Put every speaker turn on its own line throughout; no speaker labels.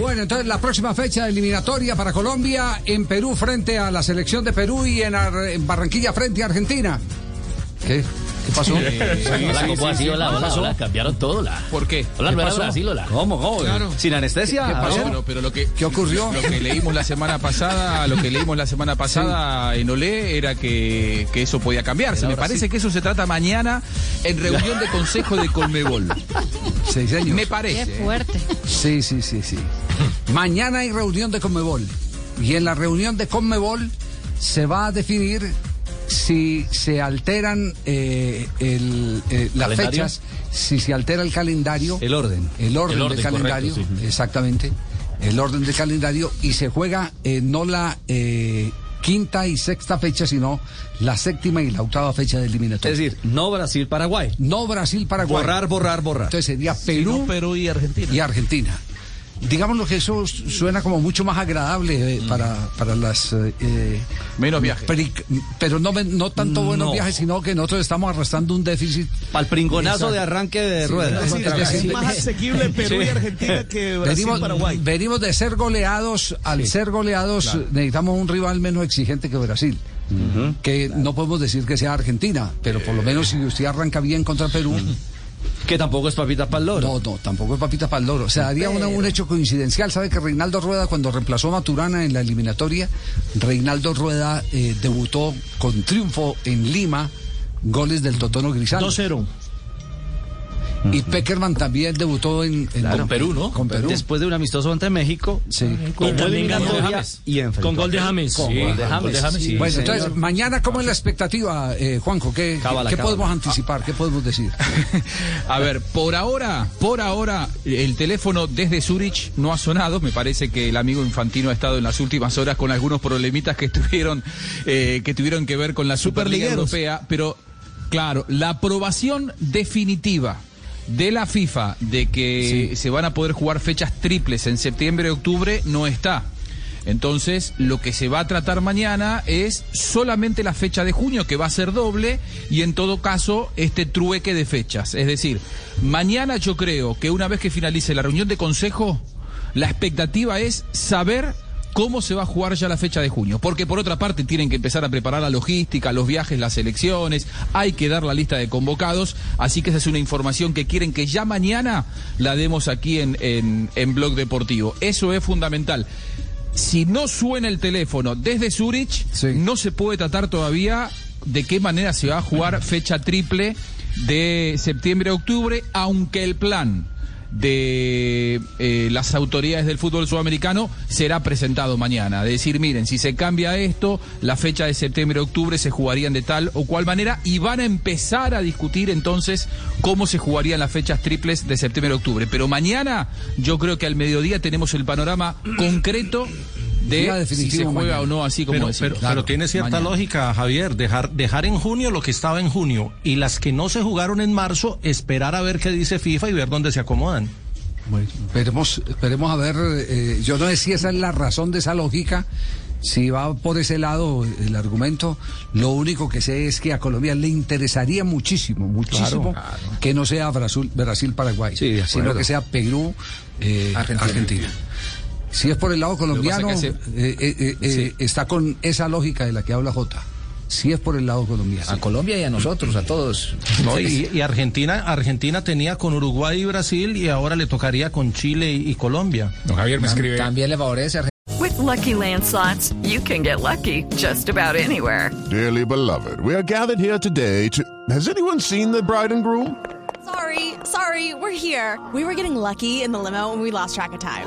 Bueno, entonces la próxima fecha eliminatoria para Colombia en Perú frente a la selección de Perú y en, Ar- en Barranquilla frente a Argentina. ¿Qué? ¿Qué pasó?
Hola, ¿cómo así? Hola, hola, hola. Cambiaron todo, hola.
¿Por qué?
Hola,
¿Qué
no era
pasó?
Brasil, hola.
¿Cómo? ¿Cómo? ¿Sin anestesia?
¿Qué- qué pasó?
A
No,
ver.
Ah, pero, pero lo que
¿Qué ocurrió?
Lo que leímos la semana pasada, lo que leímos la semana pasada en Olé era que, que eso podía cambiarse. Me parece que eso se trata mañana en reunión de consejo de Conmebol.
Seis años.
Me parece.
Qué
¿eh?
fuerte.
Sí, sí, sí, sí. Mañana hay reunión de Conmebol. Y en la reunión de Conmebol se va a definir si se alteran eh, el, eh, las
¿Calendario?
fechas, si se altera el calendario.
El orden.
El
El
orden, del
orden,
calendario.
correcto, sí.
Exactamente. El orden del calendario. Y se juega eh, no la eh, quinta y sexta fecha, sino la séptima y la octava fecha de
Es
eliminatoria.
decir, no Brasil-Paraguay.
no Brasil-Paraguay.
Borrar, borrar, borrar.
Entonces sería Perú,
Perú y Argentina.
y Argentina. Digámoslo que eso su- suena como mucho más agradable eh, para, para las... eh, eh,
Menos viaje.
peric- pero no, me- no tanto buenos
No.
viajes, sino que nosotros estamos arrastrando un déficit.
Pal pringonazo de arranque de ruedas.
Es decir, es decir,
asequible Perú y Argentina que
venimos, venimos de ser goleados, al ser goleados necesitamos un rival menos exigente que Brasil. Que no podemos decir que sea Argentina, pero por lo menos si usted arranca bien contra Perú,
Que tampoco es papita pal loro.
No, no, tampoco es papita para el loro. Se daría una- un hecho coincidencial. ¿Sabe que Reinaldo Rueda, cuando reemplazó a Maturana en la eliminatoria, Reinaldo Rueda eh, debutó con triunfo en Lima, goles del Totono Grisal.
2-0.
Y Peckerman también debutó en, en-
Claro. Con Perú, ¿no?
Con Perú.
Después de un amistoso ante México.
Sí.
Con gol
eliminatoria
de James.
y enfrentó
Con gol de
a
James.
Con
Sí,
gol
de James, sí.
sí,
Bueno,
señor.
entonces, mañana, ¿cómo es la expectativa, eh, Juanjo? ¿Qué,
Cábala,
qué
cábala.
podemos anticipar? ¿Qué podemos decir?
A ver, por ahora, por ahora, el teléfono desde Zurich no ha sonado. Me parece que el amigo Infantino ha estado en las últimas horas con algunos problemitas que tuvieron, eh, que tuvieron que ver con la Superliga Europea. Pero, claro, la aprobación definitiva de la FIFA de que se van a poder jugar fechas triples en septiembre y octubre no está. Entonces, lo que se va a tratar mañana es solamente la fecha de junio, que va a ser doble, y en todo caso, este trueque de fechas. Es decir, mañana yo creo que una vez que finalice la reunión de consejo, la expectativa es saber cómo se va a jugar ya la fecha de junio. Porque por otra parte tienen que empezar a preparar la logística, los viajes, las elecciones, hay que dar la lista de convocados, así que esa es una información que quieren que ya mañana la demos aquí en, en, en Blog Deportivo. Eso es fundamental. Si no suena el teléfono desde Zurich,
Sí.
no se puede tratar todavía de qué manera se va a jugar fecha triple de septiembre a octubre, aunque el plan de eh, las autoridades del fútbol sudamericano será presentado mañana. De decir, miren, si se cambia esto, la fecha de septiembre a octubre se jugarían de tal o cual manera y van a empezar a discutir entonces cómo se jugarían las fechas triples de septiembre a octubre. Pero mañana yo creo que al mediodía tenemos el panorama concreto
Día
de si
definitivo
se juega
mañana.
o no así como
Pero,
decimos.
pero, pero tiene cierta
Mañana.
lógica, Javier, dejar, dejar en junio lo que estaba en junio y las que no se jugaron en marzo, esperar a ver qué dice FIFA y ver dónde se acomodan.
Esperemos, esperemos a ver, eh, yo no sé si esa es la razón de esa lógica, si va por ese lado el argumento, lo único que sé es que a Colombia le interesaría muchísimo, muchísimo que no sea Brasil, Brasil-Paraguay,
Sí, de acuerdo.
sino que sea Perú, eh, Argentina.
Argentina.
Si es por el lado
que pasa
colombiano,
es que
eh, eh, eh, eh, está con esa lógica de la que habla Jota. Si es por el lado colombiano.
Colombia y a nosotros, a todos.
¿no? Y, y Argentina, Argentina tenía con Uruguay y Brasil y ahora le tocaría con Chile y, y Colombia.
Javier me escribe.
También le favorece a
With Lucky Land slots, you can get lucky just about anywhere.
Dearly beloved, we are gathered here today to. Has anyone seen the bride and groom?
Sorry, sorry, we're here. We were getting lucky in the limo and we lost track of time.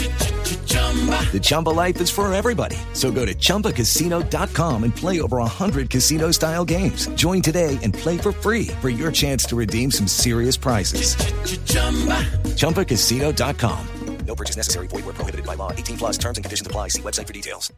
The Chumba life is for everybody. So go to ChumbaCasino.com and play over 100 casino style games. Join today and play for free for your chance to redeem some serious prizes. ChumbaCasino.com. No purchase necessary. Void where prohibited by law. 18 plus terms and conditions apply. See website for details.